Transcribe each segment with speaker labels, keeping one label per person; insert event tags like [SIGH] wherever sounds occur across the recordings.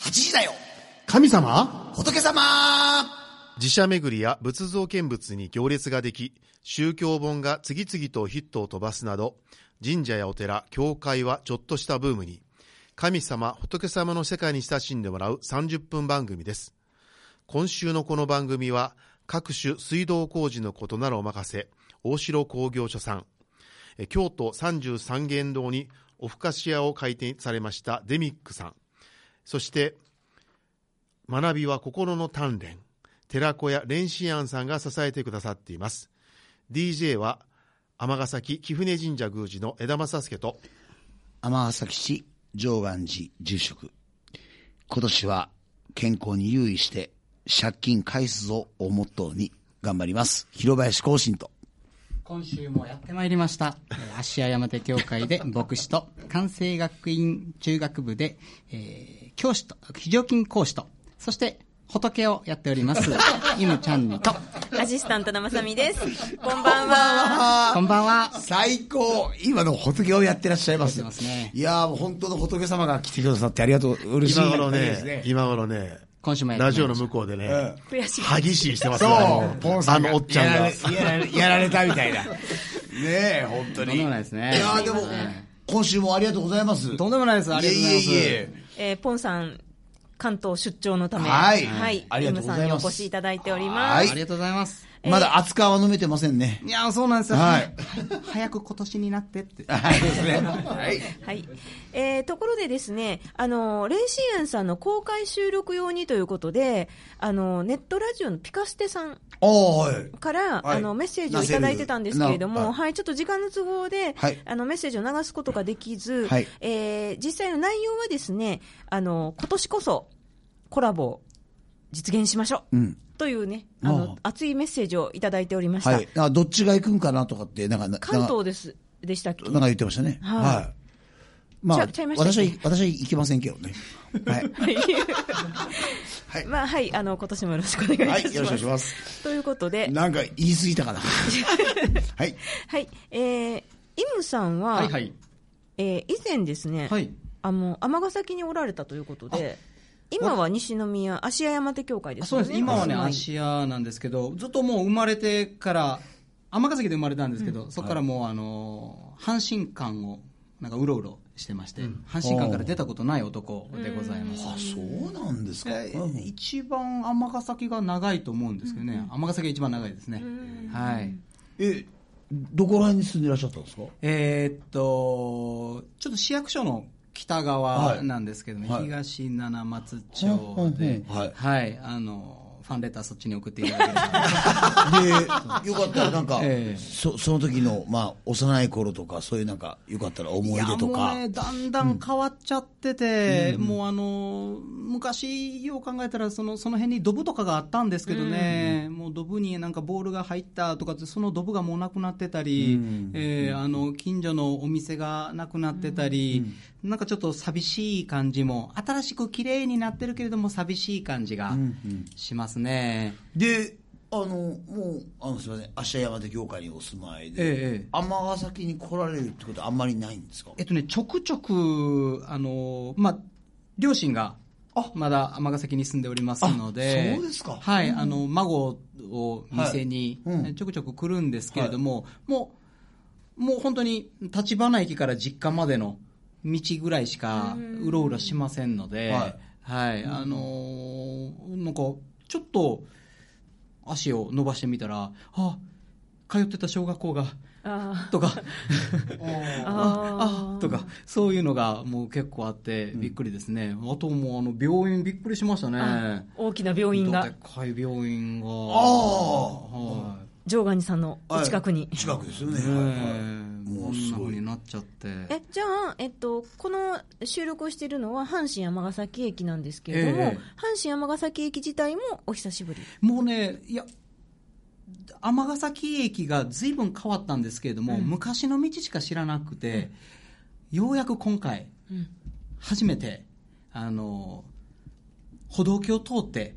Speaker 1: 8時だよ
Speaker 2: 神様
Speaker 1: 仏様
Speaker 3: 寺社巡りや仏像見物に行列ができ、宗教本が次々とヒットを飛ばすなど、神社やお寺、教会はちょっとしたブームに、神様、仏様の世界に親しんでもらう30分番組です。今週のこの番組は、各種水道工事のことならお任せ、大城工業所さん、え京都33元堂にオフカシアを開店されましたデミックさん、そして、学びは心の鍛錬、寺子屋蓮心庵さんが支えてくださっています。DJ は、尼崎貴船神社宮司の枝正介と、
Speaker 1: 天崎市上岸寺住職。今年は健康に留意して借金返すぞをモットーに頑張ります。広林行進と。
Speaker 4: 今週もやってまいりました。えー芦屋山手教会で牧師と、関西学院中学部で、えー教師と、非常勤講師と、そして、仏をやっており [LAUGHS] ます、イムちゃんにと、
Speaker 5: アシスタントのまさ
Speaker 1: [LAUGHS]
Speaker 5: みです。こんばんは。
Speaker 4: こんばんは。
Speaker 1: 最高今の仏をやってらっしゃいます。
Speaker 4: やってますね
Speaker 1: いやーもう本当の仏様が来てくださってありがとう。嬉しい。
Speaker 3: 今頃
Speaker 1: です
Speaker 3: ね
Speaker 1: ね、
Speaker 3: 今頃ね、
Speaker 4: 今週もやってま
Speaker 3: ラ
Speaker 4: い
Speaker 3: ジオ
Speaker 4: りま
Speaker 3: の
Speaker 4: した
Speaker 3: 向こうでね、
Speaker 5: 悔しい。
Speaker 3: 歯ぎしりしてます
Speaker 1: そ
Speaker 3: よ
Speaker 1: う、ポンさ
Speaker 3: あ
Speaker 1: んが
Speaker 3: のおっちゃんが。
Speaker 1: やられやられたみた [LAUGHS] いな。ねえ、本当
Speaker 4: と
Speaker 1: に。
Speaker 4: ん
Speaker 1: い
Speaker 4: でも
Speaker 1: や
Speaker 4: ないですね。
Speaker 1: ーでも、今週もありがとうございます。
Speaker 4: とんでもないです。ありがとうございます。
Speaker 1: いえいえい
Speaker 5: えーポンさん、関東出張のため、
Speaker 1: はいありがと
Speaker 5: 皆
Speaker 1: うご
Speaker 5: さ
Speaker 1: ざ
Speaker 5: ん
Speaker 1: い
Speaker 5: にお
Speaker 1: ます
Speaker 5: 越しいただいており
Speaker 1: は
Speaker 5: ま
Speaker 1: い
Speaker 5: す。
Speaker 4: ありがとうございます。
Speaker 1: え。まだ熱燗は飲めてませんね。
Speaker 4: いや、そうなんですよ。
Speaker 1: はい
Speaker 4: 早く今年になってって。
Speaker 1: はい、ですね。はい。
Speaker 5: はい。えーところでですね、あの、レイシーアンさんの公開収録用にということで、あの、ネットラジオのピカステさん
Speaker 1: おー、はい。
Speaker 5: から、
Speaker 1: はい
Speaker 5: あのメッセージをいただいてたんですけれども、
Speaker 1: な
Speaker 5: は
Speaker 1: はい
Speaker 5: い、ちょっと時間の都合で、
Speaker 1: はい
Speaker 5: あのメッセージを流すことができず、
Speaker 1: はい
Speaker 5: えー実際の内容はですね、あの今年こそコラボを実現しましょう、
Speaker 1: うん
Speaker 5: というね、
Speaker 1: あ
Speaker 5: あ
Speaker 1: あ
Speaker 5: の熱いメッセージをいただいておりました。
Speaker 1: はい。あどっちが行くんかなとかって、なんか、な
Speaker 5: 関東
Speaker 1: で。
Speaker 5: ですでしたっけ
Speaker 1: なんか言ってましたね。
Speaker 5: はい
Speaker 1: いまあ、
Speaker 5: ちゃちゃいましたっけ
Speaker 1: 私は、私は行きませんけどね。はい。 [LAUGHS]
Speaker 5: はい、まあはい、あの今年もよろしくお願いいたします。
Speaker 1: はいよろしくお願いします
Speaker 5: ということで、
Speaker 1: なんか言い過ぎたかな。はい。
Speaker 5: はい、えー、イムさんは、
Speaker 4: はいはい。
Speaker 5: えー以前ですね、
Speaker 4: はい
Speaker 5: あの尼崎におられたということで今は西宮芦屋山手教会で
Speaker 4: あ
Speaker 5: す
Speaker 4: そう
Speaker 5: よね
Speaker 4: です今はね
Speaker 5: お住まい
Speaker 4: 芦屋なんですけどずっともう生まれてから尼崎で生まれたんですけど、そこからもうあのー阪神館をなんかうろうろしてまして、阪神館から出たことない男でございます、
Speaker 1: そうなんですか。
Speaker 4: え
Speaker 1: うん
Speaker 4: 一番尼崎が長いと思うんですけどね尼崎が一番長いですね、はい
Speaker 1: え、どこら辺に住んでいらっしゃったんですか
Speaker 4: えーっとちょっと市役所の北側なんですけどね、
Speaker 1: はいはい
Speaker 4: 東七松町で、
Speaker 1: はいはい
Speaker 4: はいあのファンレターそっちに送っていただければ
Speaker 1: で、よかったらなんか、
Speaker 4: ええ
Speaker 1: そその時の、まあ、幼い頃とか、そういうなんか、よかったら思い出と
Speaker 4: いや
Speaker 1: か。
Speaker 4: もうね、だんだん変わっちゃってて、もうあの昔よう考えたらそのその辺にドブとかがあったんですけどね、もうドブになんかボールが入ったとかってそのドブがもうなくなってたり、えーあの近所のお店がなくなってたり、なんかちょっと寂しい感じも新しく綺麗になってるけれども寂しい感じがしますね。
Speaker 1: で、あの、もう、あの、すみません、芦屋山手業界にお住まいで、
Speaker 4: ええ
Speaker 1: 尼、崎に来られるってことはあんまりないんですか
Speaker 4: えっとね、ちょくちょく、あの、まあ、両親が、まだ尼崎に住んでおりますので、
Speaker 1: あそうですか
Speaker 4: はい、あの、孫を店に、
Speaker 1: はいうん
Speaker 4: ちょくちょく来るんですけれども、もう、もう本当に、立花駅から実家までの道ぐらいしか、うろうろしませんので、
Speaker 1: はい
Speaker 4: はい、あのーなんか、ちょっと、足を伸ばしてみたら、あ、通ってた小学校が、
Speaker 5: あ
Speaker 1: [LAUGHS]
Speaker 4: とか、あ
Speaker 5: あ
Speaker 4: とか、そういうのがもう結構あって、びっくりですね。あともう、あの、病院びっくりしましたね。
Speaker 5: ー大きな病院
Speaker 4: で
Speaker 5: が
Speaker 4: っかい病院が。あはい。
Speaker 5: 上岸さんのお近くに、
Speaker 1: 近くですよね。
Speaker 4: ねえ
Speaker 1: はい
Speaker 4: こんな風になっちゃって。
Speaker 5: えじゃあ、えっと、この収録をしているのは阪神尼崎駅なんですけれども、
Speaker 4: ええ
Speaker 5: 阪神尼崎駅自体もお久しぶり
Speaker 4: もうね、いや、尼崎駅が随分変わったんですけれども、昔の道しか知らなくて、ようやく今回、
Speaker 5: ん
Speaker 4: 初めて、あの、歩道橋を通って、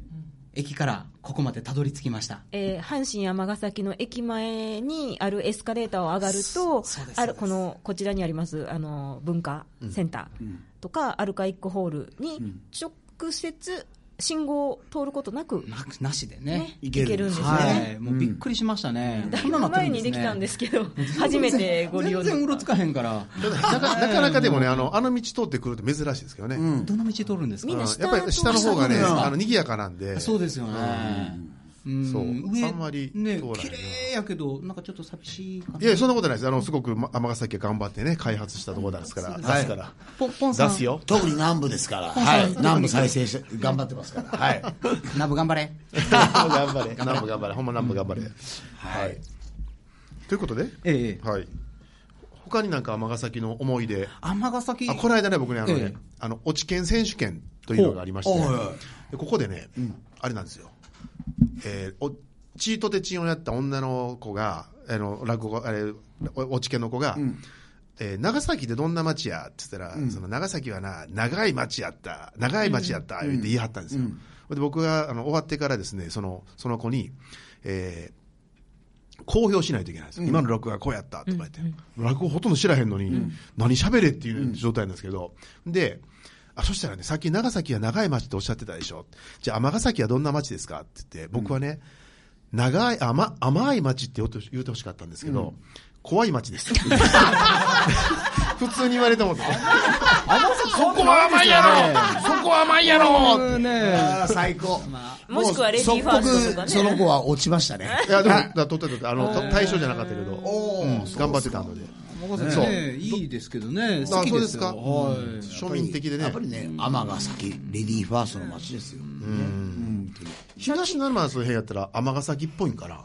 Speaker 4: 駅からここまでたどり着きました。
Speaker 5: えー阪神尼崎の駅前にあるエスカレーターを上がると
Speaker 4: そそうですそ
Speaker 5: ある
Speaker 4: うです
Speaker 5: このこちらにありますあの文化センターとか、アルカイックホールにちょ直接信号を通ることなく、
Speaker 4: ななしでね。
Speaker 1: いける
Speaker 5: いけるんですね
Speaker 4: はい、もうびっくりしましたね。
Speaker 5: だ
Speaker 4: そ
Speaker 5: い
Speaker 4: んなの
Speaker 5: ぶ
Speaker 4: あって
Speaker 5: 前
Speaker 4: る
Speaker 5: にできたんですすけど、 [LAUGHS] 初めてご利用
Speaker 4: 全然うろつかへんから。
Speaker 3: ただなかなかなかでもね、あの、あの道通ってくると珍しいですけどね。うん
Speaker 4: どの道通るんですか
Speaker 5: みんな
Speaker 3: やっぱり下の方がね、
Speaker 1: 下の方が
Speaker 3: あの、賑やかなんで。
Speaker 4: そうですよね。うん
Speaker 3: そう
Speaker 4: 上
Speaker 3: あんまり
Speaker 4: ね、
Speaker 3: 通らないな
Speaker 4: 綺麗やけど、なんかちょっと寂しいか
Speaker 3: いや、そんなことないです。あの、すごく、ま尼崎が頑張ってね、開発したところですから、出
Speaker 1: はい
Speaker 3: すから。
Speaker 4: ポンポンさん。
Speaker 3: 出す。よ。
Speaker 1: 特に南部ですから、はい、南部再生して頑張ってますから、はい、
Speaker 4: ナブ頑張れ。
Speaker 3: [LAUGHS] 頑張れ。南部頑張れ。ほんま南部頑張れ。
Speaker 1: はい、
Speaker 3: ということで、
Speaker 4: ええ。
Speaker 3: はい。他になんか尼崎の思い出。
Speaker 4: 尼崎。
Speaker 3: あこの間ね、僕ね、あの
Speaker 4: え
Speaker 3: ね
Speaker 4: え、
Speaker 3: あの、落ち県選手権というのがありまして
Speaker 1: ほうおいおい、
Speaker 3: でここでね、あれなんですよ。えーおチートでチンをやった女の子が、あの、落語家、あれ、お落ち県の子が、えー長崎でどんな町やって言ったら、その長崎はな、長い町やった、長い町やった、言って言い張ったんですよ。で僕があの終わってからですね、そのその子に、えー公表しないといけないんですよ、今の落語はこうやったとか言って、落語ほとんど知らへんのに、何喋れっていう状態なんですけど、であそしたらねさっき長崎は長い町っておっしゃってたでしょじゃあ尼崎はどんな町ですかって言って僕はね、長い甘甘い町って言ってほし言ってほしかったんですけど、怖い町ですって [LAUGHS] 普通に言われてもってそこは甘いやろそこは甘いやろ
Speaker 4: うんね
Speaker 1: あー最高、
Speaker 5: もしくはレディーファ
Speaker 1: も
Speaker 5: ーストとかね
Speaker 1: う即刻その子は落ちましたね、
Speaker 3: いやでもだから取って取ってあのた対象じゃなかったけど、
Speaker 1: お
Speaker 3: うん頑張ってたので。
Speaker 4: 尼崎
Speaker 3: そう
Speaker 4: ね、いいですけどね。
Speaker 3: あ
Speaker 4: 好き
Speaker 3: そう
Speaker 4: で
Speaker 3: ですす
Speaker 4: よ。
Speaker 3: か、
Speaker 4: はい
Speaker 3: 庶民的でね
Speaker 1: やっぱりね、尼崎、レディーファーストの街ですよ、うん
Speaker 3: 東のマの辺やったら尼崎っぽいんかな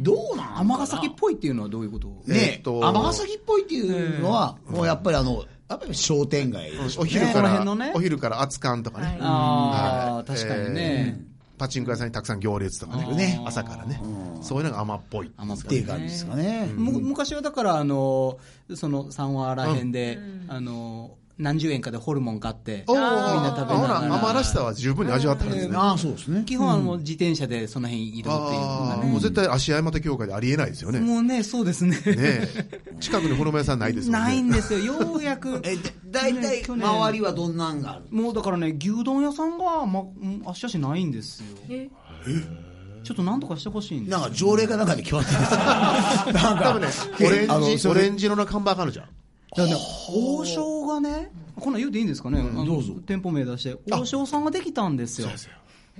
Speaker 1: どうなん
Speaker 4: 尼崎っぽいっていうのはどういうこと
Speaker 3: え
Speaker 1: ね
Speaker 3: っと
Speaker 1: 尼崎っぽいっていうのは、もうやっぱりあの、やっぱり商店街でしょ
Speaker 3: お昼か
Speaker 4: この
Speaker 3: ら、
Speaker 4: 辺のね
Speaker 3: お昼から熱燗とかね、
Speaker 4: あ
Speaker 3: は
Speaker 4: あ、
Speaker 3: い
Speaker 4: 確かにね。
Speaker 3: えーパチンコ屋さんにたくさん行列とかね
Speaker 1: ね
Speaker 3: 朝からねそういうのが尼っぽい
Speaker 4: 甘っ
Speaker 1: っていう感じですかね。
Speaker 4: む昔はだからあのその三和らへんで、あの何十円かでホルモン買って
Speaker 3: おー
Speaker 4: みんな食べながら
Speaker 3: あほら尼らしさは十分に味わったんですね、
Speaker 1: ああ、そうですね。
Speaker 4: 基本はもう自転車でその辺移動っていうの
Speaker 3: あ
Speaker 4: が
Speaker 3: あ
Speaker 4: ね、
Speaker 3: もう絶対足合いまた協会でありえないですよねね
Speaker 4: もうねそうですね
Speaker 3: え近くにホルモン屋さんないですもんね
Speaker 4: ないん [LAUGHS] ですよようやく
Speaker 1: え、で大体、
Speaker 4: 去年
Speaker 1: 周りはどんなんがある
Speaker 4: もうだからね牛丼屋さんが、ま、うんあっしゃしないんですよ
Speaker 5: え
Speaker 4: ちょっとなんとかしてほしいんです
Speaker 1: なんか条例かなんかで決まってるんです
Speaker 3: [LAUGHS]
Speaker 1: よなんか
Speaker 3: 多分ねオレ
Speaker 1: あの
Speaker 3: ンジ
Speaker 1: そ
Speaker 3: オ
Speaker 1: れ
Speaker 3: レンジ色の看板があるじゃん
Speaker 4: だからね王将がねこんなん言うていいんですかね、あの
Speaker 1: どうぞ
Speaker 4: 店舗名出して王将さんができたんですよ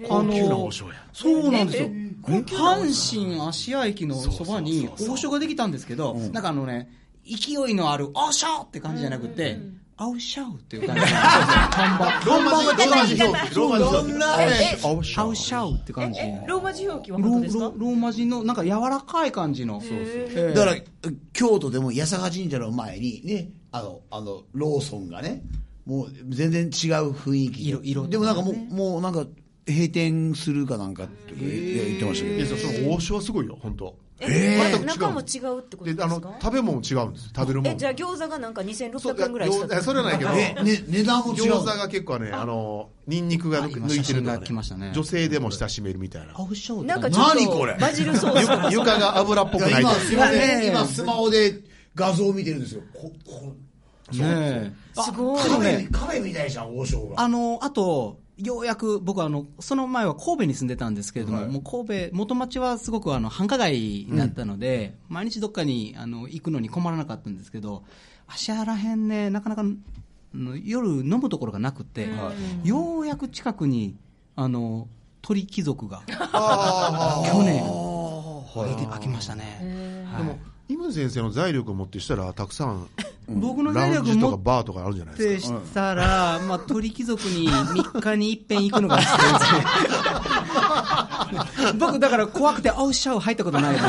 Speaker 3: 高級な王将や
Speaker 4: そうなんですよ
Speaker 5: ええ。
Speaker 4: 阪神芦屋駅のそばに王将ができたんですけど、なんかあのね、勢いのある、おっしゃーって感じじゃなくて、あうしゃうっていう感 [LAUGHS] じ。看板。
Speaker 3: ローマ字ローマ字表記ローマ字表記
Speaker 5: え
Speaker 3: あおっしゃ
Speaker 4: あうしゃうって感じ。
Speaker 5: えローマ字表記は
Speaker 4: ロ
Speaker 5: 本当ですか
Speaker 4: ロローマ字のなんか柔らかい感じの。ええ
Speaker 1: だから、京都でも八坂神社の前に、ね、あの、あの、ローソンがね、もう全然違う雰囲気。
Speaker 4: 色色と
Speaker 1: でも
Speaker 4: かね
Speaker 1: なんかもう、もうなんか、閉店するかなんかって言ってました
Speaker 3: い
Speaker 1: け
Speaker 3: や
Speaker 1: ど。
Speaker 3: その王将はすごいよ本当
Speaker 5: え
Speaker 3: 全く違う
Speaker 5: 中も違うってこと
Speaker 3: で
Speaker 5: で
Speaker 3: あ
Speaker 5: す
Speaker 3: の
Speaker 5: か
Speaker 3: 食べ物違うんです食べるも
Speaker 5: え
Speaker 3: ん
Speaker 5: じゃあ餃子がなんか
Speaker 3: そう
Speaker 5: 2600円ぐらいした
Speaker 3: 餃
Speaker 5: って
Speaker 3: 子それはないけど
Speaker 1: え、ね、値段も違
Speaker 3: 餃
Speaker 1: う
Speaker 3: 子
Speaker 1: の。
Speaker 3: が結構ねあのニンニクが
Speaker 4: あ
Speaker 3: 抜
Speaker 4: 今
Speaker 3: いてる
Speaker 4: 写真
Speaker 3: の
Speaker 4: が来ましたね
Speaker 3: 女性でも親しめるみたいな
Speaker 4: あうしゃうって
Speaker 5: なん
Speaker 4: 感
Speaker 5: か
Speaker 4: じ。
Speaker 5: ちょっ
Speaker 1: 何これ
Speaker 5: とバジルソース
Speaker 3: ゆ床が油っぽく
Speaker 1: いや
Speaker 3: ない
Speaker 1: 今、すいませ
Speaker 4: ね
Speaker 1: ん。今、スマホで画像を見てるんですよ。こ、こ、
Speaker 4: ねえ
Speaker 5: すごい
Speaker 1: カフェ、カフェみたいじゃん、王将が。
Speaker 4: あの、あと、ようやく僕はあの、その前は神戸に住んでたんですけれども、もう神戸、元町はすごくあの繁華街だったので、毎日どっかにあの行くのに困らなかったんですけど、芦原辺ね、なかなかあの夜飲むところがなくて、ようやく近くに、あの、鳥貴族が、去年、開けて開きましたね。はい
Speaker 3: でもイム先生の財力を持ってしたらたくさん
Speaker 4: 僕の
Speaker 3: ラ
Speaker 4: 財
Speaker 3: ウン
Speaker 4: 力
Speaker 3: ジと
Speaker 4: 持
Speaker 3: か
Speaker 4: っ
Speaker 3: バーとかあるんじゃない
Speaker 4: って
Speaker 3: ですか
Speaker 4: したら、まあ、鳥貴族に3日に一遍行くのが好きです僕、だから怖くて、あうしゃう入ったことないです、
Speaker 1: っ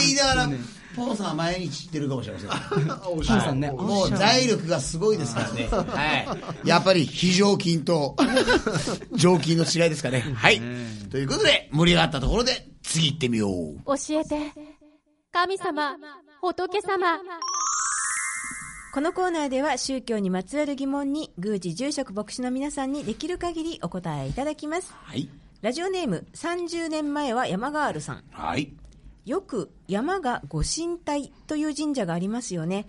Speaker 1: て言いながら、ポンさんは毎日知ってるかもしれません。
Speaker 4: ええ金さんね、
Speaker 1: もう財力がすごいですからね。はい。やっぱり非常勤と常勤の違いですかね。はい。ということで、盛り上がったところで、次行ってみよう。
Speaker 2: 教えて神様仏様
Speaker 5: このコーナーでは宗教にまつわる疑問に宮司住職牧師の皆さんにできる限りお答えいただきます
Speaker 1: はい。
Speaker 5: ラジオネーム30年前は山ガールさん
Speaker 1: はい。
Speaker 5: よく山がご神体という神社がありますよね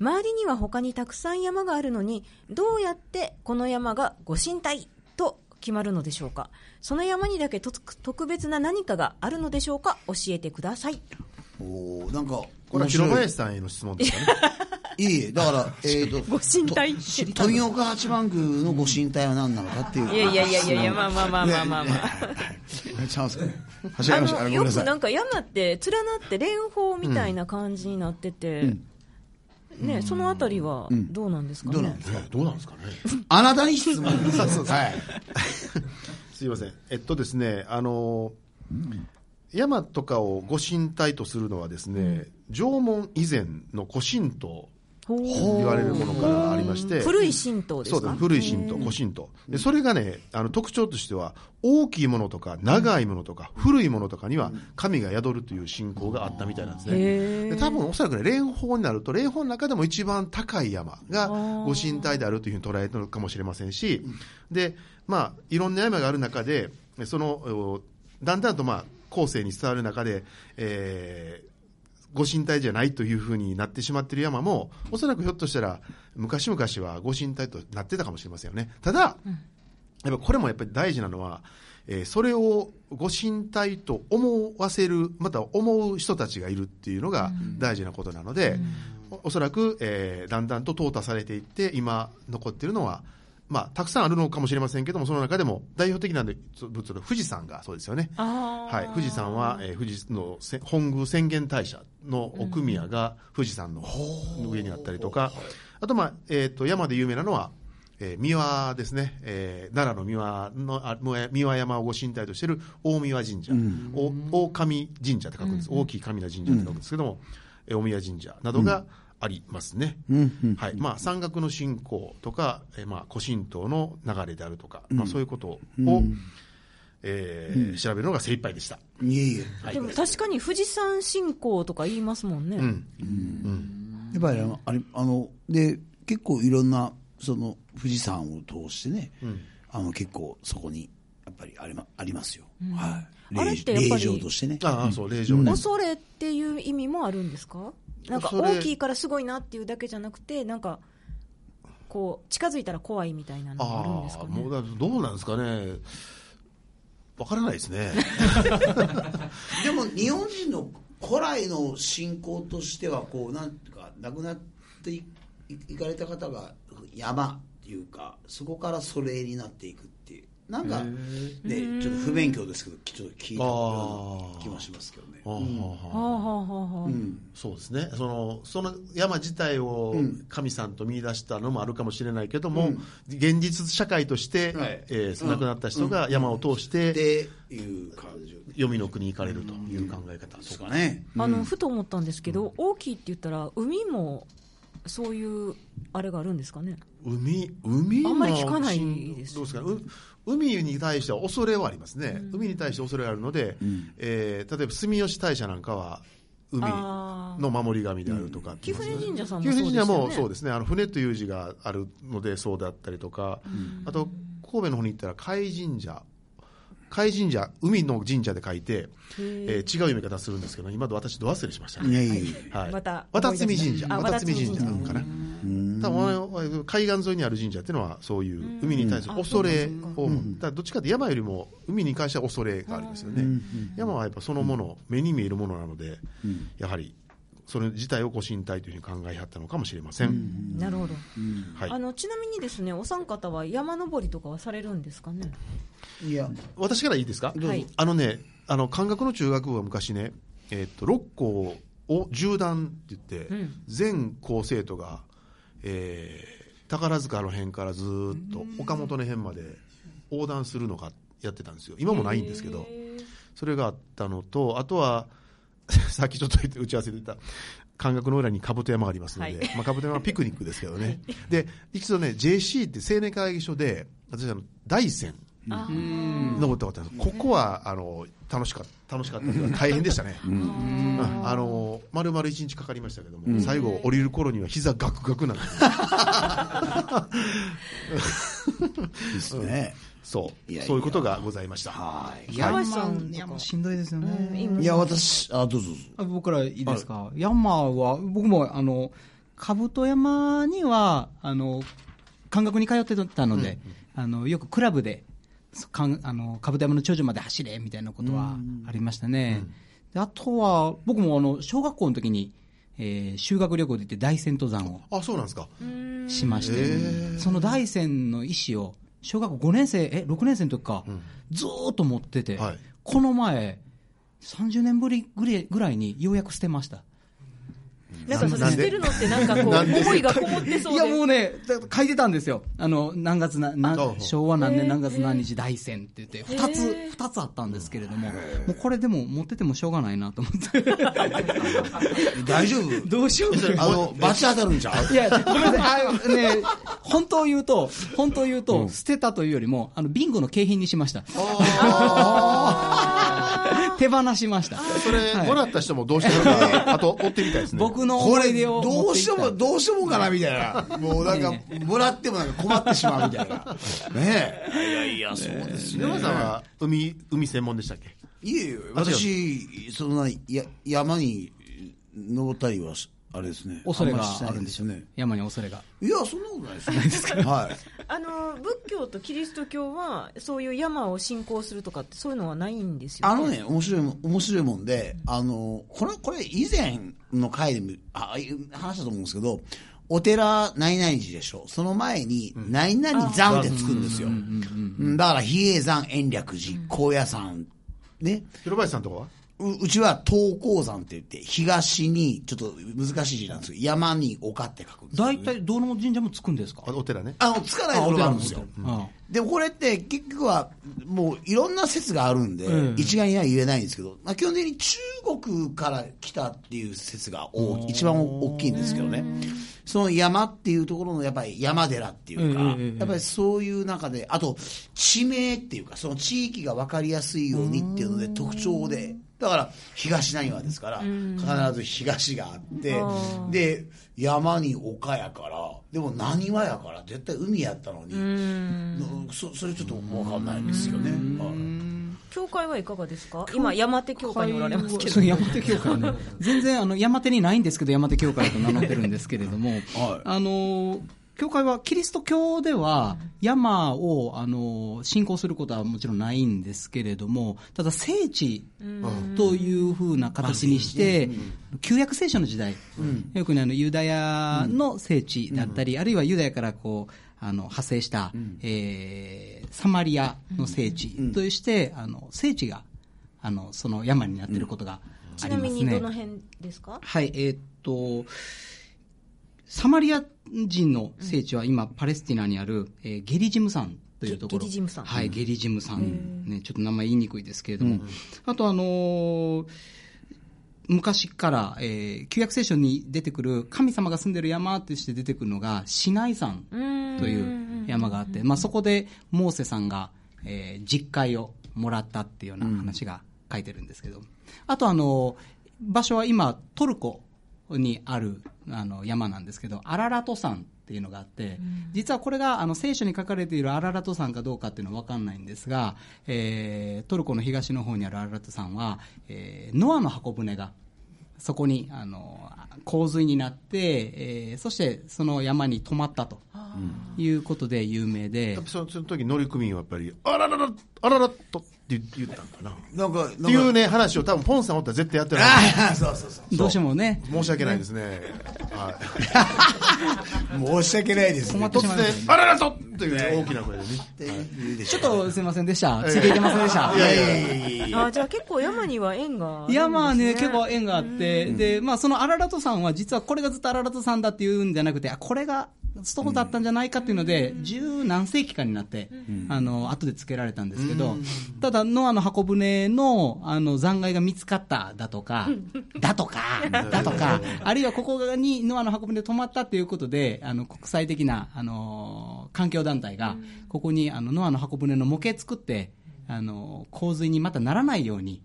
Speaker 5: 周りには他にたくさん山があるのにどうやってこの山がご神体と決まるのでしょうかその山にだけとつ特別な何かがあるのでしょうか教えてください
Speaker 1: おおなんか、
Speaker 3: これは
Speaker 1: 面白
Speaker 3: 広
Speaker 1: い
Speaker 3: 林さんへの質問ですかね。
Speaker 1: いえいえ、だ
Speaker 5: [LAUGHS]
Speaker 1: から、えっと、
Speaker 5: ご神体
Speaker 1: と富岡八幡宮のご神体は何なのかっていう。
Speaker 5: いやいやいやいやいやまあまあまあまあまあまあ
Speaker 1: あ。チャンス。走
Speaker 5: あ
Speaker 1: りました。あ
Speaker 5: の
Speaker 1: れごめ
Speaker 5: よ
Speaker 1: んなさ
Speaker 5: く
Speaker 1: い。
Speaker 5: なんか山って連なって連峰みたいな感じになってて、ね、そのあたりはどうなんですかね、
Speaker 1: どうなんですか
Speaker 3: [LAUGHS] どうなん
Speaker 4: [LAUGHS]
Speaker 3: ですかね。
Speaker 1: あなたに質問です。はい。
Speaker 3: [LAUGHS] すいません。えっとですね、あの、山とかをご神体とするのはですね、縄文以前の古神道
Speaker 5: ほう
Speaker 3: 言われるものからありまして、
Speaker 5: 古い神道です
Speaker 3: そうだ
Speaker 5: か
Speaker 3: 古い神道、古神道。で、それがね、あの特徴としては、大きいものとか、長いものとか、古いものとかには、神が宿るという信仰があったみたいなんですね。で多分おそらくね、霊峰になると、霊峰の中でも一番高い山が、ご神体であるというふうに捉えてるかもしれませんし、で、まあ、いろんな山がある中で、その、おだんだんとまあ、後世に伝わる中で、えーご神体じゃないというふうになってしまっている山も、おそらくひょっとしたら、昔々はご神体となってたかもしれませんよね。ただ、やっぱこれもやっぱり大事なのは、えーそれをご神体と思わせる、また思う人たちがいるっていうのが大事なことなので、おおそらく、えーだんだんと淘汰されていって、今残っているのは、まあ、たくさんあるのかもしれませんけども、その中でも代表的な物の富士山がそうですよね。はい、富士山は、えー富士のせ本宮浅間大社の奥宮が富士山の上にあったりとか、あと、まあえー、と山で有名なのは、えー、三輪ですね、えー奈良の三輪のあもう三輪山をご神体としている大三輪神社、お大神神社って書くんです、大きい神な神社って書くんですけども、えー大宮神社などがありますね、はいまあ、山岳の信仰とか、えーまあ、古神道の流れであるとか、まあ、そういうことを、えー調べるのが精一杯でした。
Speaker 1: いえいえ。
Speaker 5: でも確かに富士山信仰とか言いますもんね、
Speaker 3: うん
Speaker 1: やっぱりあのあれあので結構いろんなその富士山を通してね、あの結構そこにやっぱりあり,、まありますよ、はい
Speaker 5: あれってやっぱり
Speaker 1: 霊場としてね
Speaker 3: ああ、そう、霊場ね。
Speaker 5: 恐れっていう意味もあるんですかなんか
Speaker 3: 恐れ
Speaker 5: 大きいからすごいなっていうだけじゃなくてなんかこう近づいたら怖いみたいなのがあるんです
Speaker 3: あ
Speaker 5: か
Speaker 3: あ、
Speaker 5: ね
Speaker 3: もうだ、どうなんですかね。わからないですね。
Speaker 1: でも日本人の古来の信仰としてはこうなんていうか亡くなっていいいかれた方が山っていうかそこからそれになっていくっていうなんかねちょっと不勉強ですけどちょっと聞いたような気もしますけどね
Speaker 3: ああ
Speaker 5: はあはあはあはあ
Speaker 3: そうですね。その、その山自体を神さんと見出したのもあるかもしれないけども、現実社会として、
Speaker 1: はい
Speaker 3: えー亡くなった人が山を通して、
Speaker 1: っていう感じで
Speaker 3: 黄泉の国に行かれるという考え方。
Speaker 1: すかね
Speaker 5: あのふと思ったんですけど、大きいって言ったら海もそういうあれがあるんですかね
Speaker 3: 海、海の
Speaker 5: あんまり聞かないです
Speaker 3: どうですかね、う海に対しては恐れはありますね、海に対して恐れがあるので、えー例えば住吉大社なんかは、海
Speaker 5: あー
Speaker 3: の守り神であるとか、
Speaker 5: 貴船神社さんも
Speaker 3: 貴船神社も
Speaker 5: そ
Speaker 3: そうう
Speaker 5: で
Speaker 3: ですね、あの船という字があるのでそうだったりとか、あと神戸の方に行ったら、甲斐神社。甲斐神社、海の神社で書いて、えー違う読み方するんですけど、今の私、ど忘れしましたね。
Speaker 1: いやいやいや
Speaker 3: はい、
Speaker 5: また
Speaker 3: 渡積神社、
Speaker 5: あ
Speaker 3: 渡積神社
Speaker 5: 渡
Speaker 3: かな。多分海岸沿いにある神社っていうのは、そういう海に対する恐れを、だからどっちかって山よりも海に関しては恐れがありますよね。山はやっぱそのもの、目に見えるものなので、やはりそれ自体をご神体というふうに考えはったのかもしれません。
Speaker 5: なるほど、
Speaker 3: はい
Speaker 5: あのちなみにですねお三方は山登りとかはされるんですかね
Speaker 1: いや
Speaker 3: 私からいいですか、
Speaker 5: はい
Speaker 3: あのね、あの、漢学の中学部は昔ね、えっと、六校を縦断って言って、
Speaker 5: ん
Speaker 3: 全校生徒が、えー宝塚の辺からずーっと岡本の辺まで横断するのがやってたんですよ。今もないんですけど、それがあったのと、あとは、 [LAUGHS] さっきちょっと言って打ち合わせで言った、感覚の裏に兜山がありますので、
Speaker 5: はい
Speaker 3: まあ、兜山はピクニックですけど
Speaker 5: [LAUGHS]
Speaker 3: ね。で、一度ね、JC って青年会議所で、私、あの、大山。
Speaker 5: あ
Speaker 3: 登ったことあるここはあの楽しかった楽しかったというか大変でしたね、うんあの丸々一日かかりましたけども、最後降りる頃には膝ガクガクなんですよ
Speaker 1: ですね、
Speaker 3: そう
Speaker 1: いやいや
Speaker 3: そういうことがございました
Speaker 1: はい
Speaker 4: ヤンマ
Speaker 5: 山さんとか
Speaker 4: ヤンマしんどいですよね、
Speaker 1: いや私あどうぞどうぞ
Speaker 4: あ僕からいいですか、ヤンマーは、僕もあの兜山にはあの感覚に通ってたので、あのよくクラブでそかんあの兜山の頂上まで走れみたいなことはありましたね、であとは僕もあの小学校の時に、えー修学旅行で行って大山登山を
Speaker 3: あそうなんですか
Speaker 4: しまして、
Speaker 3: ー
Speaker 4: その大山の意思を小学校5年生え6年生の時か、
Speaker 3: ん
Speaker 4: ずーっと持ってて、
Speaker 3: はい
Speaker 4: この前30年ぶりぐれぐらいにようやく捨てました
Speaker 5: なんかそ
Speaker 3: な
Speaker 5: の
Speaker 3: ん
Speaker 5: 捨
Speaker 3: で
Speaker 5: てるのってなんかこう、
Speaker 3: なんで
Speaker 5: 思いがこもってそう
Speaker 4: い
Speaker 5: で。
Speaker 4: やもうねだ書いてたんですよあの何月なな
Speaker 3: あ
Speaker 4: 昭和何
Speaker 5: へ
Speaker 4: 年
Speaker 5: ー
Speaker 4: 何月何日大戦って言って2つ
Speaker 5: へー
Speaker 4: 二つあったんですけれどももうこれでも持っててもしょうがないなと思って
Speaker 1: 大丈夫
Speaker 4: どうしようか
Speaker 1: あの、罰当たるんちゃう
Speaker 4: いや、ごめんなさい。あのね、本当を言うと、本当を言うと、捨てたというよりも、あの、ビンゴの景品にしました。手放しました。
Speaker 3: それ、
Speaker 4: はい
Speaker 3: もらった人もどうしてるのか、あと追ってみたいですね。
Speaker 4: 僕の
Speaker 1: こ
Speaker 4: 思
Speaker 1: れ
Speaker 4: い出を持っていきたい。
Speaker 1: どうしても、どうしてもかなみたいな。もうなんか、もらってもなんか困ってしまうみたいな。ねえ。いやいや、そうです
Speaker 3: 篠山さんは海、海専門でしたっけ
Speaker 1: いえいえ、私、そんな、や、山に登ったりはし、あれですね。
Speaker 4: 恐れ
Speaker 1: ん
Speaker 4: が
Speaker 1: ましない
Speaker 4: あるんでしょう
Speaker 1: ね
Speaker 4: ね。。山に恐れが。
Speaker 1: いや、そんなことないですね。はい。
Speaker 5: あの、仏教とキリスト教は、そういう山を信仰するとかって、そういうのはないんですよ、
Speaker 1: あのね、面白いもん、面白いもんで、あの、これ、これ以前の回でも、あ、話したと思うんですけど、お寺、何々寺でしょ。その前に、何々山ってつくんですよ。うんだから、比叡山、延暦寺、高野山、ね。
Speaker 3: 広林さんとかは
Speaker 1: ううちは東高山って言って、東に、ちょっと難しい字なんですけど、山に丘って書くんですよ
Speaker 4: 大体、どの神社もつくんですか
Speaker 3: あお寺ね。
Speaker 1: あの、つかないものがあるんですよ。
Speaker 4: あ
Speaker 1: でもこれって結局はもういろんな説があるんで、
Speaker 4: うん
Speaker 1: 一概には言えないんですけど、まあ、基本的に中国から来たっていう説が大一番大きいんですけどねその山っていうところのやっぱり山寺っていうか、
Speaker 4: うんうんうんうん
Speaker 1: やっぱりそういう中であと地名っていうかその地域が分かりやすいようにっていうので特徴でだから東なにわですから必ず東があってで山に丘やからでもなにわやから絶対海やったのに。のそそれちょっとわかんないですよね。はい
Speaker 5: 教会はいかがですか今、山手教会におられますけ
Speaker 4: そ
Speaker 5: ど
Speaker 4: う。山手教会ね。全然、あの、山手にないんですけど、山手教会と名乗ってるんですけれども、
Speaker 1: はい
Speaker 4: あの、教会は、キリスト教では、山を、あの、信仰することはもちろんないんですけれども、ただ、聖地というふうな形にして、旧約聖書の時代、よくね、あの、ユダヤの聖地だったり、あるいはユダヤからこう、あの、派生した、えーサマリアの聖地として、あの、聖地が、あの、その山になっていることがあ
Speaker 5: ち
Speaker 4: り
Speaker 5: な
Speaker 4: ますね。
Speaker 5: みに、どの辺ですか
Speaker 4: はい、えーっと、サマリア人の聖地は今、パレスティナにある、えーゲリジム山というところ。
Speaker 5: ゲゲリジム山
Speaker 4: はい、ゲリジム山。ね、ちょっと名前言いにくいですけれども。あと、あのー昔から、えー旧約聖書に出てくる神様が住んでる山ってして出てくるのが、シナイ山
Speaker 5: うーん
Speaker 4: という山があって、まあ、そこでモーセさんが、えー実戒をもらったっていうような話が書いてるんですけど、あとあの場所は今トルコにあるあの山なんですけどアララト山っていうのがあって、実はこれがあの聖書に書かれているアララト山かどうかっていうのは分かんないんですが、えートルコの東の方にあるアララト山は、えーノアの箱舟がそこにあの洪水になって、えーそしてその山に泊まったということで有名で、
Speaker 3: やっぱそのその時乗組員はやっぱり、あららら、あららっとって言ったんかな。っ
Speaker 1: なんか、
Speaker 3: ていう
Speaker 1: ね。
Speaker 3: ね、話を多分、ポンさんおったら絶対やってない。
Speaker 1: ああ、そうそうそ
Speaker 4: どうしてもね、
Speaker 3: 申し訳ないですね。は
Speaker 1: う。申し訳ないです
Speaker 4: 困
Speaker 1: ね
Speaker 4: っ
Speaker 3: い。突
Speaker 4: てしまいましたね
Speaker 3: 然、あららとっていう大きな声でね。
Speaker 4: ちょっとすいませんでした、ついていけませんでした。
Speaker 3: いやいやいや
Speaker 5: あじゃあ結構山には縁があるんです、ね、
Speaker 4: 山はね、結構縁があって、で、まあ、そのアララト山は、実はこれがずっとアララト山だっていうんじゃなくて、あ、これが、そうだったんじゃないかっていうので、十何世紀かになって、あの、後で付けられたんですけど、ただ、ノアの箱舟の、あの、残骸が見つかっただとか、だとか、だとか、あるいはここにノアの箱舟泊まったっていうことで、あの、国際的な、あの、環境団体が、ここに、あの、ノアの箱舟の模型作って、あの、洪水にまたならないように、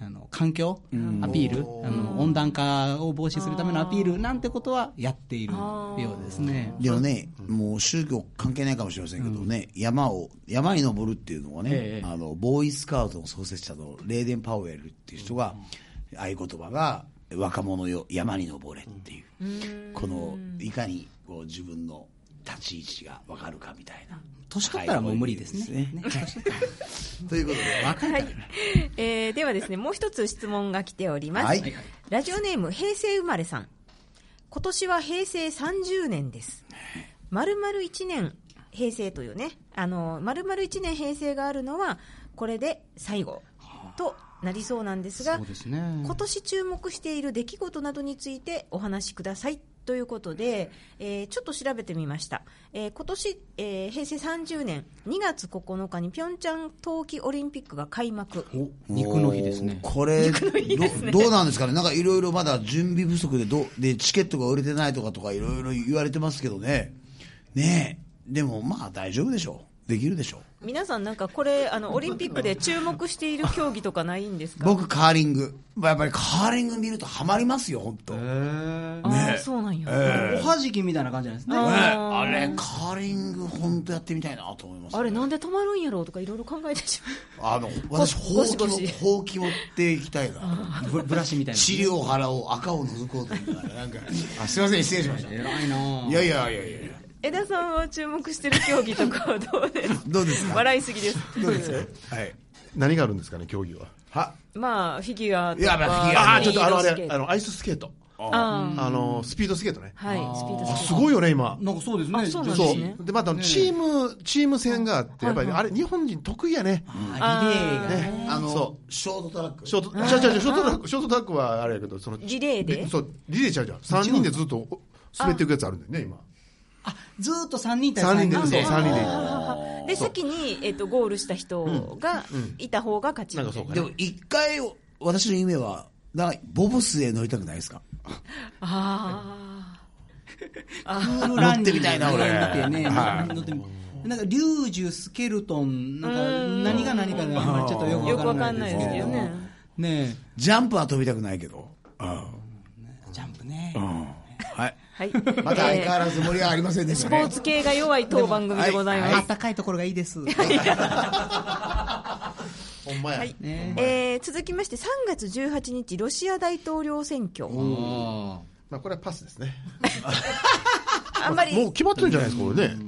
Speaker 4: あの環境アピール、あの温暖化を防止するためのアピールなんてことはやっているようですね。
Speaker 1: でもね、もう宗教関係ないかもしれませんけどね、山を、山に登るっていうのはね、
Speaker 4: ええ
Speaker 1: あの、ボーイスカウトの創設者のレーデン・パウエルっていう人が、合言葉が、若者よ山に登れっていう、
Speaker 5: うん
Speaker 1: このいかにこう自分の立ち位置が分かるかみたいな。
Speaker 4: 年取ったらもう無理ですね。
Speaker 1: はい [LAUGHS]
Speaker 4: ね年取ったら [LAUGHS]
Speaker 1: ということで若いから、
Speaker 5: えーではですね、もう一つ質問が来ております。
Speaker 1: はい
Speaker 5: ラジオネーム、平成生まれさん。今年は平成30年です。丸々1年平成というね、あの、丸々1年平成があるのは、これで最後となりそうなんですが
Speaker 4: そう、ですね。
Speaker 5: 今年注目している出来事などについてお話しくださいということで、えーちょっと調べてみました、えー今年、えー平成30年2月9日に平昌冬季オリンピックが開幕
Speaker 4: 肉の日ですね
Speaker 1: おーこれど、どうなんですかね、なんかいろいろまだ準備不足でどうで、チケットが売れてないとかとか、いろいろ言われてますけどね、ねえ、でもまあ大丈夫でしょう、できるでしょう、
Speaker 5: 皆さんなんかこれあのオリンピックで注目している競技とかないんですか
Speaker 1: 僕、カーリング、まあやっぱりカーリング見るとハマりますよ、本当。ね
Speaker 5: あーそうなんや、
Speaker 4: おはじきみたいな感じなんですね。
Speaker 1: え
Speaker 5: あー
Speaker 1: あれ、カーリング、本当やってみたいなと思います、ね。
Speaker 5: あれなんで止まるんやろうとかいろいろ考えてし
Speaker 1: [LAUGHS]
Speaker 5: まう
Speaker 1: あの、私、ほ
Speaker 5: ゴ
Speaker 1: う
Speaker 5: シ
Speaker 1: き
Speaker 5: ゴ
Speaker 1: を
Speaker 5: シ、
Speaker 1: ほうき持っていきたいな。
Speaker 4: ブブラシみたいな。
Speaker 1: 治療腹を、赤を覗こうと思ったら、なんか、あすいません、失礼しました。い
Speaker 4: 偉いなぁ
Speaker 1: やいやいやいや。
Speaker 5: 江田さんは注目してる競技とかはどうですか
Speaker 1: どうですか
Speaker 5: 笑いすぎです
Speaker 1: どうですかはい。
Speaker 3: 何があるんですかね、競技は。
Speaker 1: は
Speaker 5: まあフィギュアと
Speaker 1: いや
Speaker 5: か
Speaker 1: まあフィギュア
Speaker 3: あ
Speaker 1: あ
Speaker 3: あ、
Speaker 1: ー
Speaker 3: ちょっとあの、あ
Speaker 5: スケ
Speaker 3: れ
Speaker 5: ー、ト
Speaker 3: あの、アイススケート。
Speaker 5: あー
Speaker 3: あの、スピードスケートね。
Speaker 5: はい、スピードスケート
Speaker 3: すごいよね、今。
Speaker 4: なんかそうですね。
Speaker 5: あそう
Speaker 4: 女
Speaker 5: なんで
Speaker 3: そ
Speaker 5: す
Speaker 4: 子
Speaker 5: ね
Speaker 3: う。で、また、チーム、チーム戦があって、やっぱり、あれ、日本人得意やね。
Speaker 4: あリレーがね。
Speaker 1: あ、あの
Speaker 3: そ、
Speaker 1: ショートトラック。
Speaker 3: ショート、違う違う違うショートトラック、ショートトラックはあれやけど、その、
Speaker 5: リレーで
Speaker 3: リそう、リレーちゃうじゃん。3人でずっとお滑っていくやつあるんだよね、今。
Speaker 4: あ、ずーっと三人対
Speaker 3: 3人
Speaker 4: 三
Speaker 3: で、
Speaker 4: 人。
Speaker 3: そう、
Speaker 4: あ
Speaker 3: 3人で行く。
Speaker 5: あーで先に、えっとゴールした人がいた方が勝ちみたいな
Speaker 3: なんかそうか
Speaker 1: でも、一回、私の夢は、なんかボブスへ乗りたくないですか
Speaker 5: あ
Speaker 4: クールランニ
Speaker 1: 乗って
Speaker 4: ング
Speaker 1: みたいな俺
Speaker 4: 乗ってね
Speaker 1: は
Speaker 4: 乗ってみなんかリュージュスケルトンなんか何が何かがあんまりちょっとよ
Speaker 5: あ
Speaker 4: く
Speaker 5: よくわ
Speaker 4: わ
Speaker 5: か
Speaker 4: か
Speaker 5: ん
Speaker 4: ん
Speaker 5: な
Speaker 4: ないい
Speaker 5: で
Speaker 4: ですす
Speaker 5: け
Speaker 4: け
Speaker 5: ど
Speaker 4: ど
Speaker 5: ね
Speaker 4: ね。ね
Speaker 1: ジャンプは飛びたくないけど。うん
Speaker 4: えジャンプね
Speaker 1: うんはい。
Speaker 5: はい
Speaker 1: また相変わらず盛り上がりませんでし
Speaker 5: ス
Speaker 1: た
Speaker 5: ポ
Speaker 1: ね
Speaker 5: ー。ツ系が弱い当番組でございます、
Speaker 4: 暖かいところがいいです
Speaker 3: ほんまや。
Speaker 4: ね
Speaker 5: えー続きまして3月18日ロシア大統領選挙
Speaker 3: まあ、これはパスですね。
Speaker 5: あんまり
Speaker 3: もう決まってるんじゃないですか、これね。
Speaker 1: で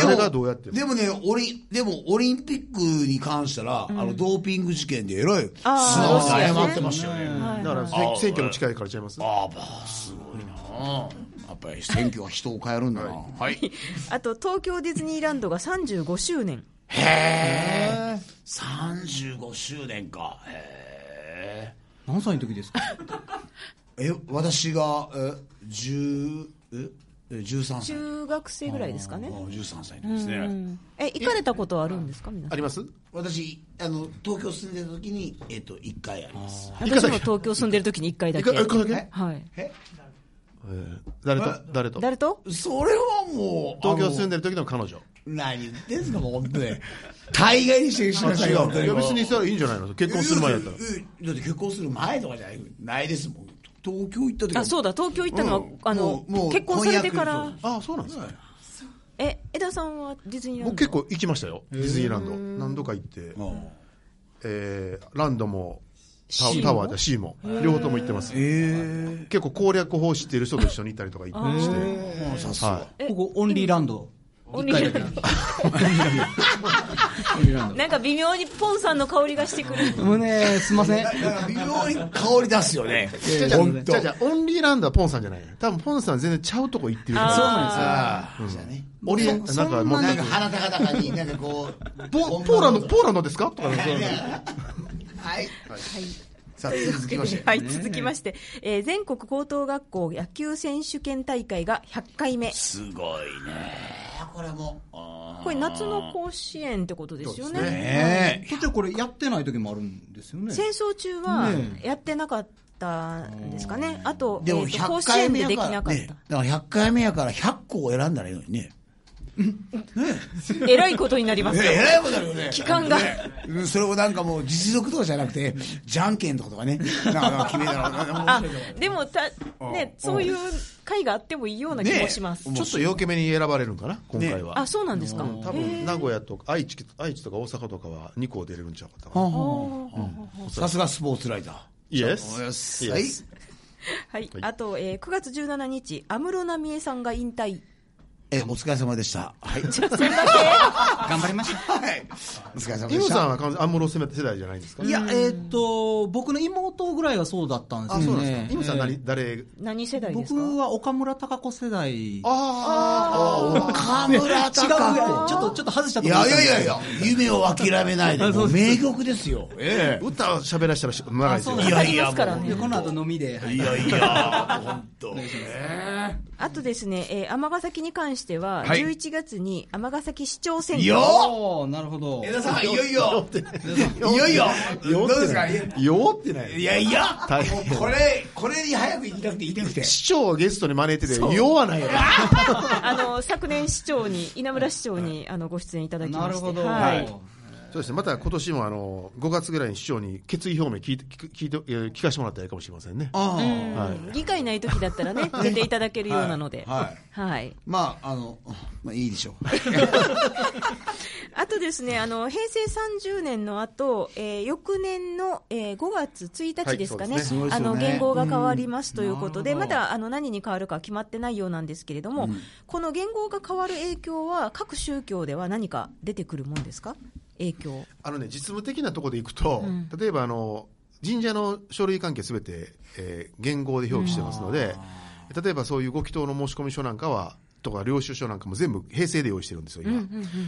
Speaker 3: 誰
Speaker 1: も
Speaker 3: がどうやって。
Speaker 1: でもね、オリ、でもオリンピックに関したら、あの、ドーピング事件でえらい、素直
Speaker 5: あー
Speaker 1: に謝ってましたよね。
Speaker 3: だから、せ選挙の力からちゃいます
Speaker 1: ああ、まあ、すごいなあやっぱり選挙は人を変えるんだな。 [LAUGHS] はい。
Speaker 5: あと東京ディズニーランドが35周年
Speaker 1: へえ。35周年か。へ
Speaker 4: 何歳の時ですか
Speaker 1: え。え、私が、え、10、え、13歳。
Speaker 5: 中学生ぐらいですかね
Speaker 1: ああ13歳ですね。
Speaker 5: え行かれたことはあるんですか皆さ
Speaker 3: あ
Speaker 5: ん
Speaker 3: ります
Speaker 1: 私、あの、東京住んでた時に、えっと、1回あります。
Speaker 5: 私も東京住んでる時に1回だ
Speaker 3: 一
Speaker 5: け
Speaker 3: 回、一回だけ
Speaker 1: え
Speaker 5: はい
Speaker 1: え
Speaker 3: えー誰と誰と
Speaker 5: 誰と
Speaker 1: それはもう、
Speaker 3: 東京住ん
Speaker 1: で
Speaker 3: でる時の彼女。
Speaker 1: 何言ってんすか、もう本当に。 [LAUGHS] 大概にしてるしなさいよ、
Speaker 3: 呼び捨てに
Speaker 1: 結
Speaker 3: したらいいんじゃないの結婚する前だったら。
Speaker 1: だって結婚する前とかじゃないないですもん。東京行った時は
Speaker 5: あそうだ東京行ったのは、
Speaker 1: うん
Speaker 5: あの
Speaker 1: もうもう
Speaker 5: 結婚されてから
Speaker 1: 婚約
Speaker 3: ああ、そうなんですか。
Speaker 5: え江田さんはディズニーランド
Speaker 3: 僕結構行きましたよ。ディズニーランド。何度か行って、
Speaker 1: うん
Speaker 3: えーランドも、タ
Speaker 5: シーも
Speaker 3: タワーだ、シーも。両方とも行ってます。結構攻略法知ってる人と一緒に行ったりとか行ったりして。
Speaker 1: うんさすが。
Speaker 4: ここオンリーランド
Speaker 5: オンリーランドなんか微妙にポンさんの香りがしてくる
Speaker 4: もうねすいません
Speaker 1: だから微妙に香り出すよね。
Speaker 4: いやいや
Speaker 1: 本
Speaker 3: じ
Speaker 1: 当。
Speaker 3: ゃあじゃあオンリーランドはポンさんじゃない。多分ポンさん全然ちゃうとこ行ってると思う
Speaker 5: あー
Speaker 1: ああ、じゃあね。
Speaker 3: オリエン、なんかも
Speaker 1: な
Speaker 3: うなんん
Speaker 1: か
Speaker 3: か、
Speaker 1: 鼻高々に、なんかこう、
Speaker 3: ポポーランド、ポーランドですかとか、そう
Speaker 1: はい。さあ、続きまして。
Speaker 5: はい、続きまして、えー全国高等学校野球選手権大会が100回目
Speaker 1: すごいね。これも。あー
Speaker 5: これ夏の甲子園ってことですよね
Speaker 1: ねえ。
Speaker 4: 途中これやってない時もあるんですよね
Speaker 5: 戦争中は
Speaker 4: ね
Speaker 5: やってなかったんですかねあと
Speaker 1: でも
Speaker 5: えーと甲
Speaker 1: 100
Speaker 5: 子
Speaker 1: 回
Speaker 5: 園
Speaker 1: 目
Speaker 5: で
Speaker 1: や
Speaker 5: でき
Speaker 1: から、
Speaker 5: なかっ
Speaker 1: ね、だから100回目やから100個を選んだらいいのにね。
Speaker 5: た [LAUGHS] えらいことになりま
Speaker 1: え
Speaker 5: すよ
Speaker 1: えらいことだよね。
Speaker 5: 期間が
Speaker 1: ねうんそれをなんかもう実力とかじゃなくて、じゃんけんとかとかね。なんか決めたら、なんか面
Speaker 5: あ
Speaker 1: 白いと思う
Speaker 5: でもた、ね、そういう会があってもいいような気もします、
Speaker 3: ちょっと陽気めに選ばれるんかな、今回は
Speaker 5: あ。そうなんですか
Speaker 3: 多分名古屋とか愛知愛知とか大阪とかは2校出れるんちゃうかった
Speaker 1: ほ
Speaker 3: かな
Speaker 1: うほうほうさすがスポーツライター。
Speaker 3: イエ
Speaker 1: おはようございます
Speaker 3: イエス
Speaker 1: はい
Speaker 5: はい
Speaker 3: は。い
Speaker 5: あと、えー、9月17日、安室奈美恵さんが引退。
Speaker 1: え、お疲れ様でした。はい。
Speaker 4: 頑張りました
Speaker 1: はい。お疲れ様で
Speaker 3: イム
Speaker 1: した。
Speaker 3: さんは完全安室世代じゃないんですか
Speaker 4: いや、えーっと、僕の妹ぐらいがそうだったんで
Speaker 3: あ
Speaker 4: す
Speaker 3: そう
Speaker 4: よ
Speaker 3: なんです
Speaker 4: ね
Speaker 3: か。イムさん
Speaker 4: えー
Speaker 3: 何誰
Speaker 5: 何世代ですか
Speaker 4: 僕は岡村孝子世代。
Speaker 3: ああ
Speaker 1: 岡村
Speaker 4: 違う
Speaker 1: 隆
Speaker 4: ちょっと、ちょっと外しちゃっ
Speaker 1: 子。
Speaker 4: た
Speaker 1: いやいやいやいや、夢を諦めないで、もう名曲ですよ。ええ。
Speaker 3: 歌喋らしたらし長いですよ
Speaker 1: いやいや、
Speaker 5: ますから
Speaker 1: もう
Speaker 5: ね
Speaker 4: いやこの後飲みで。はい
Speaker 1: いやいや、本当。 [LAUGHS] ね
Speaker 5: あとですね、えー、尼崎に関しては、
Speaker 1: はい
Speaker 5: 11月に尼崎市長選
Speaker 1: い
Speaker 5: 挙。
Speaker 1: や
Speaker 4: おーなるほど。
Speaker 1: 江田さん、いよいよ。いよいよ。どうですかい
Speaker 3: よってない
Speaker 1: やいや、
Speaker 3: 大変
Speaker 1: もうこれ、これに早く行きたくて行き
Speaker 3: [LAUGHS]
Speaker 1: たくて。
Speaker 3: 市長をゲストに招いててようはないよ
Speaker 5: あの、昨年市長に、稲村市長に、あの、ご出演いただきまし
Speaker 4: な
Speaker 5: て。
Speaker 4: るほど。
Speaker 5: はい。
Speaker 3: そうですねまた今年もあの5月ぐらいに市長に決意表明聞いて聞く聞いてえー聞かせてもらったらいいかもしれませんね
Speaker 1: あ
Speaker 5: う
Speaker 1: あ
Speaker 5: ん議会ない時だったらね、出ていただけるようなので。
Speaker 1: はい
Speaker 5: はい
Speaker 1: まあ、あの、まあいいでしょう。
Speaker 5: あとですね、あの平成30年の後、えー翌年の、えー5月1日ですかね、
Speaker 3: はいそう
Speaker 1: ですね
Speaker 5: あ
Speaker 1: そ
Speaker 5: の
Speaker 1: うですよね
Speaker 5: 元号が変わりますということで、
Speaker 4: うん
Speaker 5: まだあの何に変わるか決まってないようなんですけれども、この元号が変わる影響は、各宗教では何か出てくるもんですか、影響。
Speaker 3: あのね実務的なところでいくと、
Speaker 5: うん
Speaker 3: 例えばあの神社の書類関係すべて、えー元号で表記してますので、例えばそういうご祈祷の申し込み書なんかはとか領収書なんかも全部平成で用意してるんですよ今、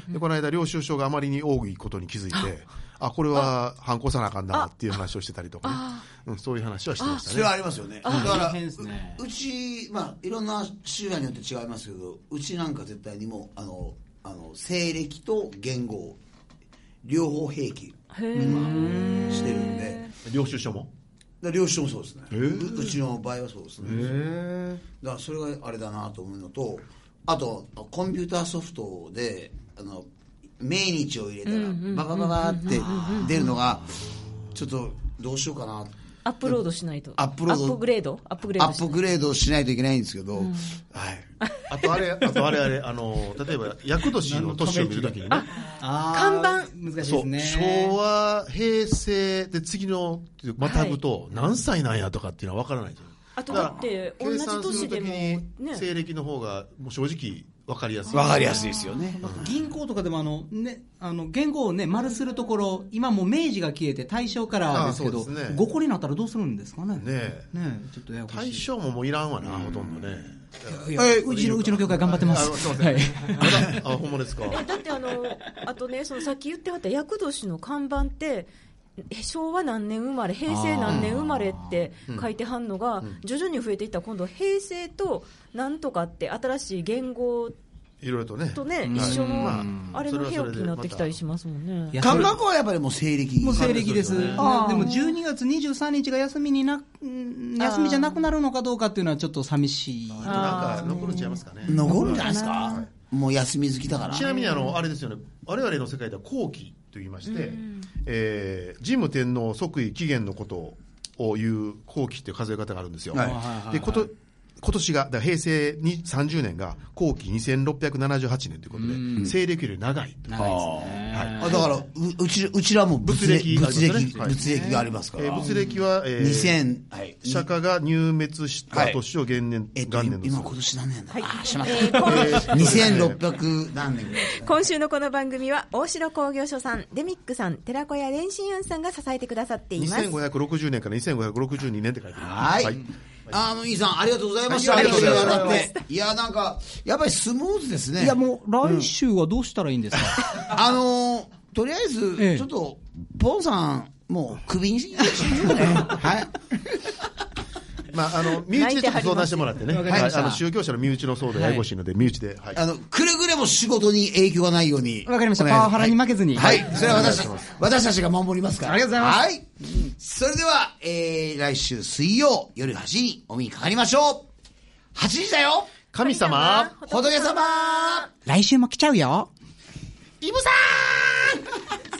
Speaker 3: でこの間領収書があまりに多いことに気づいてあこれは反抗さなあかんなっていう話をしてたりとかね、うん、そういう話はしてまし
Speaker 1: そ
Speaker 3: た
Speaker 1: れ
Speaker 3: ね
Speaker 1: はありますよね。だから
Speaker 4: 大、変ですね
Speaker 1: ううち、まあ、いろんな宗派によって違いますけど、うちなんか絶対にもう、あの、あの、西暦と元号、両方平気
Speaker 5: へー
Speaker 1: してるんで、だか
Speaker 3: 領収書も
Speaker 1: ら両親もそうですね。
Speaker 3: ー
Speaker 1: ううちの場合はそうですね。だからそれがあれだなと思うのとあとコンピューターソフトであの命日を入れたらババババって出るのがちょっとどうしようかな
Speaker 5: アップロードしないと、
Speaker 1: アップロード
Speaker 5: アップグレード、アップグレー
Speaker 1: ア
Speaker 5: ドし
Speaker 1: ッ
Speaker 5: な
Speaker 1: プ
Speaker 5: い
Speaker 1: グレードしないといけないんですけど、はい
Speaker 3: あとあれ、あとあれあれ、あの、例えば、厄年の年を見るときにね、
Speaker 4: あ
Speaker 5: 看
Speaker 4: ー難しい
Speaker 5: 板
Speaker 3: そ
Speaker 4: です
Speaker 3: う、
Speaker 4: ね。
Speaker 3: 昭和、平成で次の、またぐと、何歳なんやとかっていうのは分からないじゃない
Speaker 5: あとだって、同じ年でも、
Speaker 3: 計
Speaker 5: ね
Speaker 3: 算するときに、西暦の方が、もう正直、分かりやすい。
Speaker 1: わかりやすいですよね
Speaker 4: 銀行とかでもあの、ね、あの元号を、ね、丸するところ、今もう明治が消えて大正からですけ
Speaker 3: あ
Speaker 4: ど、
Speaker 3: そうですね
Speaker 4: 5個になったらどうするんですかね、ね
Speaker 3: ねえ
Speaker 4: えちょっとややこしい
Speaker 3: 大正ももういらんわな、ほとんどね。
Speaker 4: いやうちのうちの業界頑張ってます。
Speaker 3: あすいません
Speaker 4: はい
Speaker 3: あ、ほんまですか。
Speaker 5: だってあの、あとね、そのさっき言ってはった厄年の看板って、え昭和何年生まれ、平成何年生まれって書いてはんのが、徐々に増えていったら、今度、平成となんとかって、新しい言語
Speaker 3: いろいろとね。
Speaker 5: とね、
Speaker 3: ん
Speaker 5: 一緒の
Speaker 3: ま、あ
Speaker 5: あれの
Speaker 3: それはそれで
Speaker 5: 平置きになってきたりしますもんね
Speaker 4: い。や
Speaker 1: 看板はやっぱりもう西暦
Speaker 4: もう西暦です。
Speaker 3: そう
Speaker 4: ね
Speaker 3: ですよ
Speaker 4: で
Speaker 3: ね
Speaker 5: あー
Speaker 4: も12月23日が休みにな、ん休みじゃなくなるのかどうかっていうのはちょっと寂しい。
Speaker 5: あ
Speaker 3: なんか、残るんちゃいますかね。
Speaker 1: 残るんじゃないですかもう休み好きだから
Speaker 3: ちなみにあのあれですよね我々の世界では後期と言いまして、えー、神武天皇即位期限のことを言う後期っていう数え方があるんですよ、
Speaker 1: はい
Speaker 4: はい
Speaker 3: でこと今年がだから平成に30年が後期2678年ということで西暦より長い
Speaker 1: あ
Speaker 3: と、
Speaker 4: 長いですね。
Speaker 1: ーあだからううちうちらも物暦
Speaker 3: 物
Speaker 1: 物
Speaker 3: 暦
Speaker 1: 暦
Speaker 3: ありますねは
Speaker 1: 物暦がありますか
Speaker 3: いえー
Speaker 1: ら、
Speaker 3: 物暦は、えー
Speaker 1: 2000、はい、
Speaker 3: 釈迦が入滅した年を元年、
Speaker 1: えっと
Speaker 3: 元年
Speaker 1: 今
Speaker 3: の
Speaker 1: 今年何年だ、あーしまっ
Speaker 5: えー
Speaker 1: た
Speaker 5: こん
Speaker 1: 2600何年ぐらいですか
Speaker 5: 今週のこの番組は、大城工業所さん、デミックさん、寺子屋蓮心庵さんが支えてくださっています。
Speaker 3: 2560年から2562年って書いてあ
Speaker 1: は
Speaker 3: る
Speaker 1: い。あの、イーさん、ありがとうございました。
Speaker 3: はいありがとうございました
Speaker 1: ありがとうございましたいや、なんか、やっぱりスムーズですね。
Speaker 4: いやもう来週はどうしたらいいんですか、
Speaker 1: あのー、とりあえず、
Speaker 4: ええ
Speaker 1: ちょっと、ポンさん、もう、クビにしましょうね。はい。
Speaker 3: まあ、あの身内でちょっと相談してもらってね、
Speaker 4: 泣いて
Speaker 3: は
Speaker 4: はり
Speaker 3: い、
Speaker 4: ます
Speaker 3: あの宗教者の身内の相談ややこしいので、身内で、はい、
Speaker 1: あの、くれぐれも仕事に影響がないように。
Speaker 4: [LAUGHS] わかりました
Speaker 1: お願い
Speaker 4: パワハラに負けずに
Speaker 1: はい。はいそれは私、私たちが守りますから。
Speaker 4: ありがとうございます
Speaker 1: はい。それでは、えー、来週水曜夜8時にお目にかかりましょう。8時だよ
Speaker 3: 神様
Speaker 1: 仏様
Speaker 4: 来週も来ちゃうよ
Speaker 1: イブさん